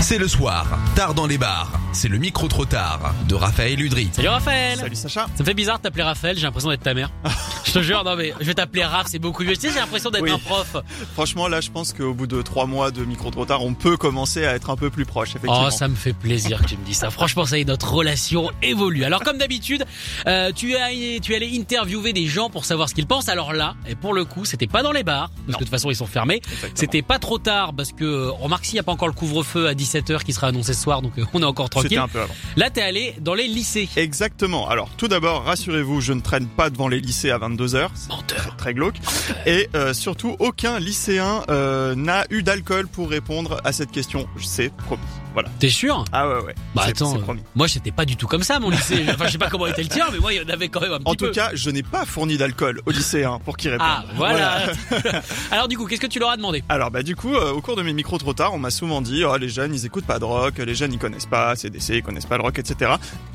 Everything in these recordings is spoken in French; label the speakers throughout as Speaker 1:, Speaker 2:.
Speaker 1: C'est le soir, tard dans les bars. C'est le micro trop tard de Raphaël Udry.
Speaker 2: Salut Raphaël
Speaker 3: Salut Sacha.
Speaker 2: Ça me fait bizarre de t'appeler Raphaël, j'ai l'impression d'être ta mère. je te jure, non mais je vais t'appeler Raph, c'est beaucoup mieux. Tu sais, j'ai l'impression d'être
Speaker 3: Oui.
Speaker 2: un prof.
Speaker 3: Franchement, là, je pense qu'au bout de trois mois de micro trop tard, on peut commencer à être un peu plus proche, effectivement.
Speaker 2: Oh, ça me fait plaisir que tu me dis ça. Franchement, ça y est, notre relation évolue. Alors comme d'habitude, euh, tu, as, tu allais interviewer des gens pour savoir ce qu'ils pensent. Alors là, et pour le coup, c'était pas dans les bars, parce que de toute façon, ils sont fermés.
Speaker 3: Exactement.
Speaker 2: C'était pas trop tard, parce que euh, remarque s'il n'y a pas encore le couvre-feu à 17h qui sera annoncé ce soir, donc euh, on est encore
Speaker 3: C'était
Speaker 2: tranquille.
Speaker 3: un peu avant.
Speaker 2: Là, t'es allé dans les lycées.
Speaker 3: Exactement. Alors, tout d'abord, rassurez-vous, je ne traîne pas devant les lycées à 22h.
Speaker 2: Menteur.
Speaker 3: Très glauque. Et euh, surtout, aucun lycéen euh, n'a eu d'alcool pour répondre à cette question. C'est promis. Voilà.
Speaker 2: T'es sûr
Speaker 3: Ah ouais, ouais.
Speaker 2: Bah
Speaker 3: C'est-
Speaker 2: attends,
Speaker 3: c'est
Speaker 2: euh,
Speaker 3: promis.
Speaker 2: moi j'étais pas du tout comme ça mon lycée. Enfin, je sais pas comment était le tien, mais moi il y en avait quand même un petit
Speaker 3: En
Speaker 2: peu.
Speaker 3: tout cas, euh, je n'ai pas fourni d'alcool aux lycéens pour qu'ils répondent.
Speaker 2: Ah, voilà. Alors du coup, qu'est-ce que tu leur as demandé
Speaker 3: Alors bah du coup, euh, au cours de mes micros trop tard, on m'a souvent dit oh les jeunes ils écoutent pas de rock, les jeunes ils connaissent pas CDC, ils connaissent pas le rock, etc.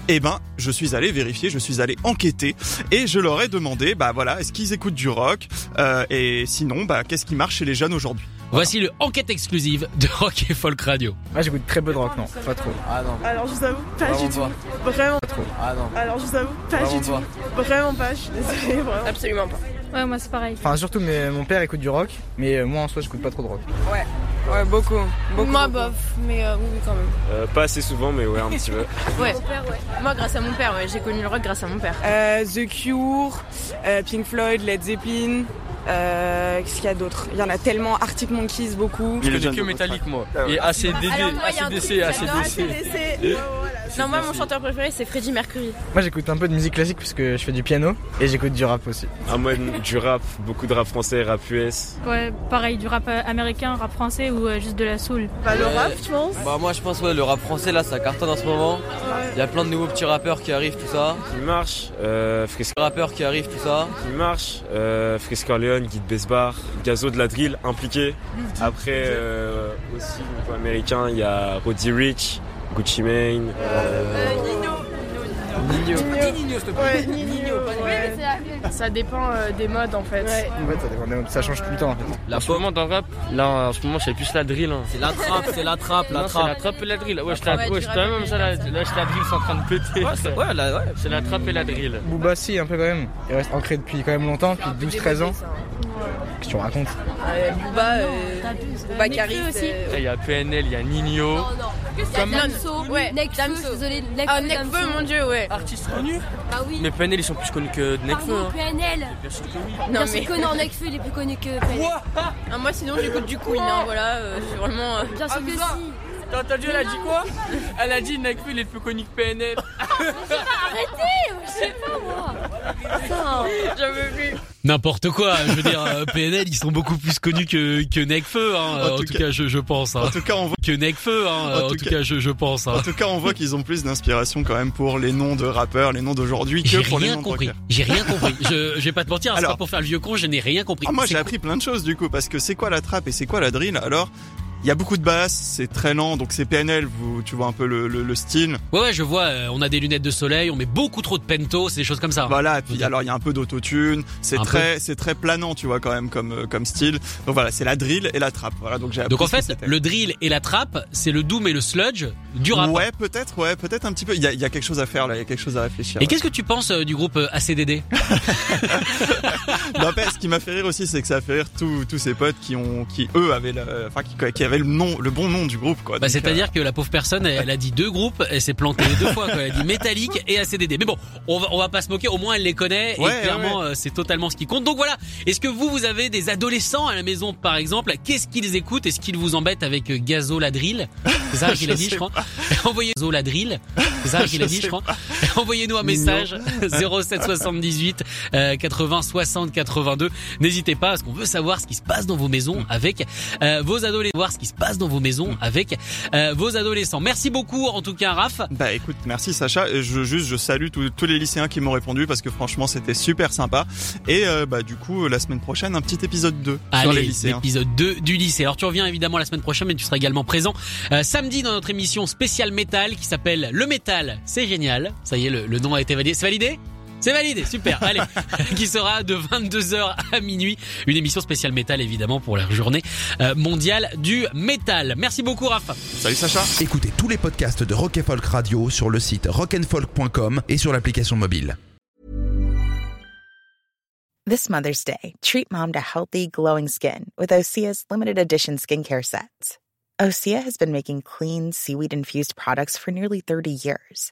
Speaker 3: Eh ben, je suis allé vérifier, je suis allé enquêter et je leur ai demandé bah voilà est-ce qu'ils écoutent du rock Euh, et sinon bah qu'est-ce qui marche chez les jeunes aujourd'hui.
Speaker 2: Voici le enquête exclusive de Rock et Folk Radio.
Speaker 4: Moi Ah, j'écoute très peu de rock, non, pas trop. Ah non,
Speaker 5: Alors je vous avoue, pas
Speaker 4: Vraiment
Speaker 5: du tout.
Speaker 4: pas.
Speaker 5: Vraiment.
Speaker 4: pas trop. Ah non.
Speaker 5: Alors je vous avoue, pas
Speaker 4: Vraiment Ah.
Speaker 5: du tout. Vraiment pas, je suis désolée, vraiment.
Speaker 6: Absolument pas.
Speaker 7: Ouais, moi c'est pareil.
Speaker 4: Enfin surtout mes- mon père écoute du rock, mais euh, moi en soi j'écoute pas trop de rock.
Speaker 6: Ouais, beaucoup. beaucoup
Speaker 7: moi,
Speaker 6: beaucoup.
Speaker 7: bof, mais euh, oui, oui, quand même.
Speaker 8: pas assez souvent, mais ouais, un petit peu.
Speaker 7: Ouais. Moi, grâce à mon père, ouais, j'ai connu le rock grâce à mon père.
Speaker 6: Euh, The Cure, euh, Pink Floyd, Led Zeppelin. Euh, Qu'est-ce qu'il y a d'autre Il y en a tellement. Arctic Monkeys, beaucoup.
Speaker 3: les jeunes de votre âge.
Speaker 8: moi. Et
Speaker 9: Ah,
Speaker 8: ACDD,
Speaker 7: Alors, toi, y a un truc que j'adore, Non, moi, mon chanteur préféré, c'est Freddie Mercury.
Speaker 4: Moi j'écoute un peu de musique classique parce que je fais du piano et j'écoute du rap aussi.
Speaker 8: Un mois du rap, beaucoup de rap français, rap US.
Speaker 7: Ouais, pareil, du rap euh, américain, rap français ou euh, juste de la soul.
Speaker 5: Bah le rap, je pense.
Speaker 9: Bah moi je pense ouais le rap français là ça cartonne en ce moment. Il y a plein de nouveaux petits rappeurs qui arrivent tout ça.
Speaker 8: Qui marche, euh, Fresco
Speaker 9: Rappeurs qui arrivent tout ça.
Speaker 8: qui marche, euh, Fresco Leon, Guide Besbar, Gazo de la drill, impliqué. Après, euh, aussi, niveau américain, il y a Roddy Rich, Gucci Mane. euh,
Speaker 5: Ouais, Nino. Ouais.
Speaker 7: Ça dépend euh, des modes en fait.
Speaker 4: En fait ça, dépend- ça change tout le temps. en fait.
Speaker 9: La pop,
Speaker 8: dans le rap, là, en ce moment, c'est plus la drill.
Speaker 9: c'est la trappe, c'est la trappe, la trappe.
Speaker 8: trappe et la drill. Ouais, je
Speaker 7: trappe, ouais, ouais, je du rap t'aime, ça, là, américain.
Speaker 8: la drill, c'est en train de péter.
Speaker 9: Ouais, la- ouais.
Speaker 8: C'est la trappe et la drill.
Speaker 4: Booba si un peu quand même, il reste ancré depuis quand même longtemps, depuis 12-13 ans. Qu'est-ce que tu racontes
Speaker 5: Bah
Speaker 6: Booba, euh, Booba qui arrive,
Speaker 7: aussi.
Speaker 6: euh,
Speaker 8: Il y a PNL, il y a Nino.
Speaker 7: Damso, ouais, Damso. Désolé, Ah, Nekfeu, mon dieu, ouais.
Speaker 8: Artistes connus
Speaker 7: Ah oui.
Speaker 8: Mais PNL, ils sont plus connus que hein. Nekfeu.
Speaker 7: PNL.
Speaker 6: Non, mais-
Speaker 7: non, Nekfeu, il est plus connu que PNL. moi, sinon, j'écoute du Queen, hein, voilà. euh, c'est vraiment. Bien sûr que si.
Speaker 8: Ah, T'as entendu, elle a dit quoi Elle a dit Nekfeu, il est plus connu que PNL.
Speaker 7: J'en veux plus.
Speaker 2: N'importe quoi, je veux dire, euh, PNL, ils sont beaucoup plus connus que, que Necfeu, hein, en,
Speaker 3: En
Speaker 2: tout
Speaker 3: tout
Speaker 2: cas, je, je pense. hein.
Speaker 3: En tout cas, on voit,
Speaker 2: Que Necfeu, hein, en,
Speaker 3: En
Speaker 2: tout,
Speaker 3: tout
Speaker 2: cas, je, je pense. hein.
Speaker 3: en tout cas, on voit qu'ils ont plus d'inspiration quand même pour les noms de rappeurs, les noms d'aujourd'hui
Speaker 2: J'ai
Speaker 3: que pour les
Speaker 2: rien
Speaker 3: noms de
Speaker 2: compris.
Speaker 3: rockers.
Speaker 2: J'ai rien compris. Je, je vais pas te mentir, hein, c'est
Speaker 3: Alors-
Speaker 2: pas pour faire le vieux con, je n'ai rien compris.
Speaker 3: Ah, moi
Speaker 2: C'est
Speaker 3: j'ai appris plein de choses du coup parce que c'est quoi la trappe et c'est quoi la drill alors il y a beaucoup de basses, c'est très lent, donc c'est PNL, vous, tu vois un peu le, le- le style.
Speaker 2: Ouais, ouais, je vois, euh, on a des lunettes de soleil, on met beaucoup trop de pento, c'est des choses comme ça.
Speaker 3: Voilà, Ah bah et puis alors il y a un peu d'autotune, c'est
Speaker 2: Un
Speaker 3: très, c'est très planant, tu vois quand même comme euh, comme style. Donc voilà, c'est la drill et la trappe. Voilà, donc j'ai appris
Speaker 2: Donc en
Speaker 3: ce que
Speaker 2: fait,
Speaker 3: c'était.
Speaker 2: le drill et la trappe, c'est le doom et le sludge du rap.
Speaker 3: ouais, peut-être, ouais, peut-être un petit peu. Il y a, il y a quelque chose à faire là, il y a quelque chose à réfléchir.
Speaker 2: Et qu'est-ce que tu penses euh, du groupe euh, ACDD
Speaker 3: Non, après, ce qui m'a fait rire aussi, c'est que ça a fait rire tous tous ces potes qui ont, qui eux avaient, la- enfin qui, qui avaient le nom, le bon nom du groupe quoi.
Speaker 2: Bah
Speaker 3: Donc, euh,
Speaker 2: c'est-à-dire que la pauvre personne, elle, elle a dit deux groupes, elle s'est plantée deux fois. Quoi. Elle a dit métallique et ACDD. Mais bon, on va, on va pas se moquer. Au moins elle les connaît
Speaker 3: Ouais,
Speaker 2: et
Speaker 3: ouais,
Speaker 2: clairement euh, c'est totalement ce qui compte. Donc voilà. Est-ce que vous vous avez des adolescents à la maison par exemple Qu'est-ce qu'ils écoutent Est-ce qu'ils vous embêtent avec euh, Gazo la drill C'est ça qu'il a
Speaker 3: Je
Speaker 2: dit, je
Speaker 3: sais
Speaker 2: crois. Envoyez Gazo la drill. C'est ça qu'il a
Speaker 3: Je
Speaker 2: dit, je
Speaker 3: sais
Speaker 2: crois. Envoyez-nous un message 0778 80 60 82. N'hésitez pas parce qu'on veut savoir ce qui se passe dans vos
Speaker 3: Mm.
Speaker 2: maisons avec euh, vos adolescents, voir ce qui se passe dans vos maisons avec euh, vos adolescents. Merci beaucoup en tout cas Raph.
Speaker 3: Bah écoute, merci Sacha. Et Je, juste, je salue tous- tous les lycéens qui m'ont répondu parce que franchement, c'était super sympa. Et euh, bah du coup, la semaine prochaine, un petit épisode 2 sur les hein.
Speaker 2: Allez,
Speaker 3: lycéens.
Speaker 2: l'épisode 2 du lycée. Alors tu reviens évidemment la semaine prochaine, mais tu seras également présent euh, samedi dans notre émission spéciale métal qui s'appelle Le métal, c'est génial. Ça y est, le, le nom a été validé. C'est validé c'est validé, super, allez, qui sera de 22h à minuit, une émission spéciale métal évidemment pour la journée euh, mondiale du métal. Merci beaucoup Raph.
Speaker 3: Salut Sacha.
Speaker 10: Écoutez tous les podcasts de Rock and Folk Radio sur le site rockandfolk.com et sur l'application mobile.
Speaker 7: This Mother's Day, treat mom to healthy, glowing skin with Osea's limited edition skincare sets. Osea has been making clean, seaweed infused products for nearly 30 years.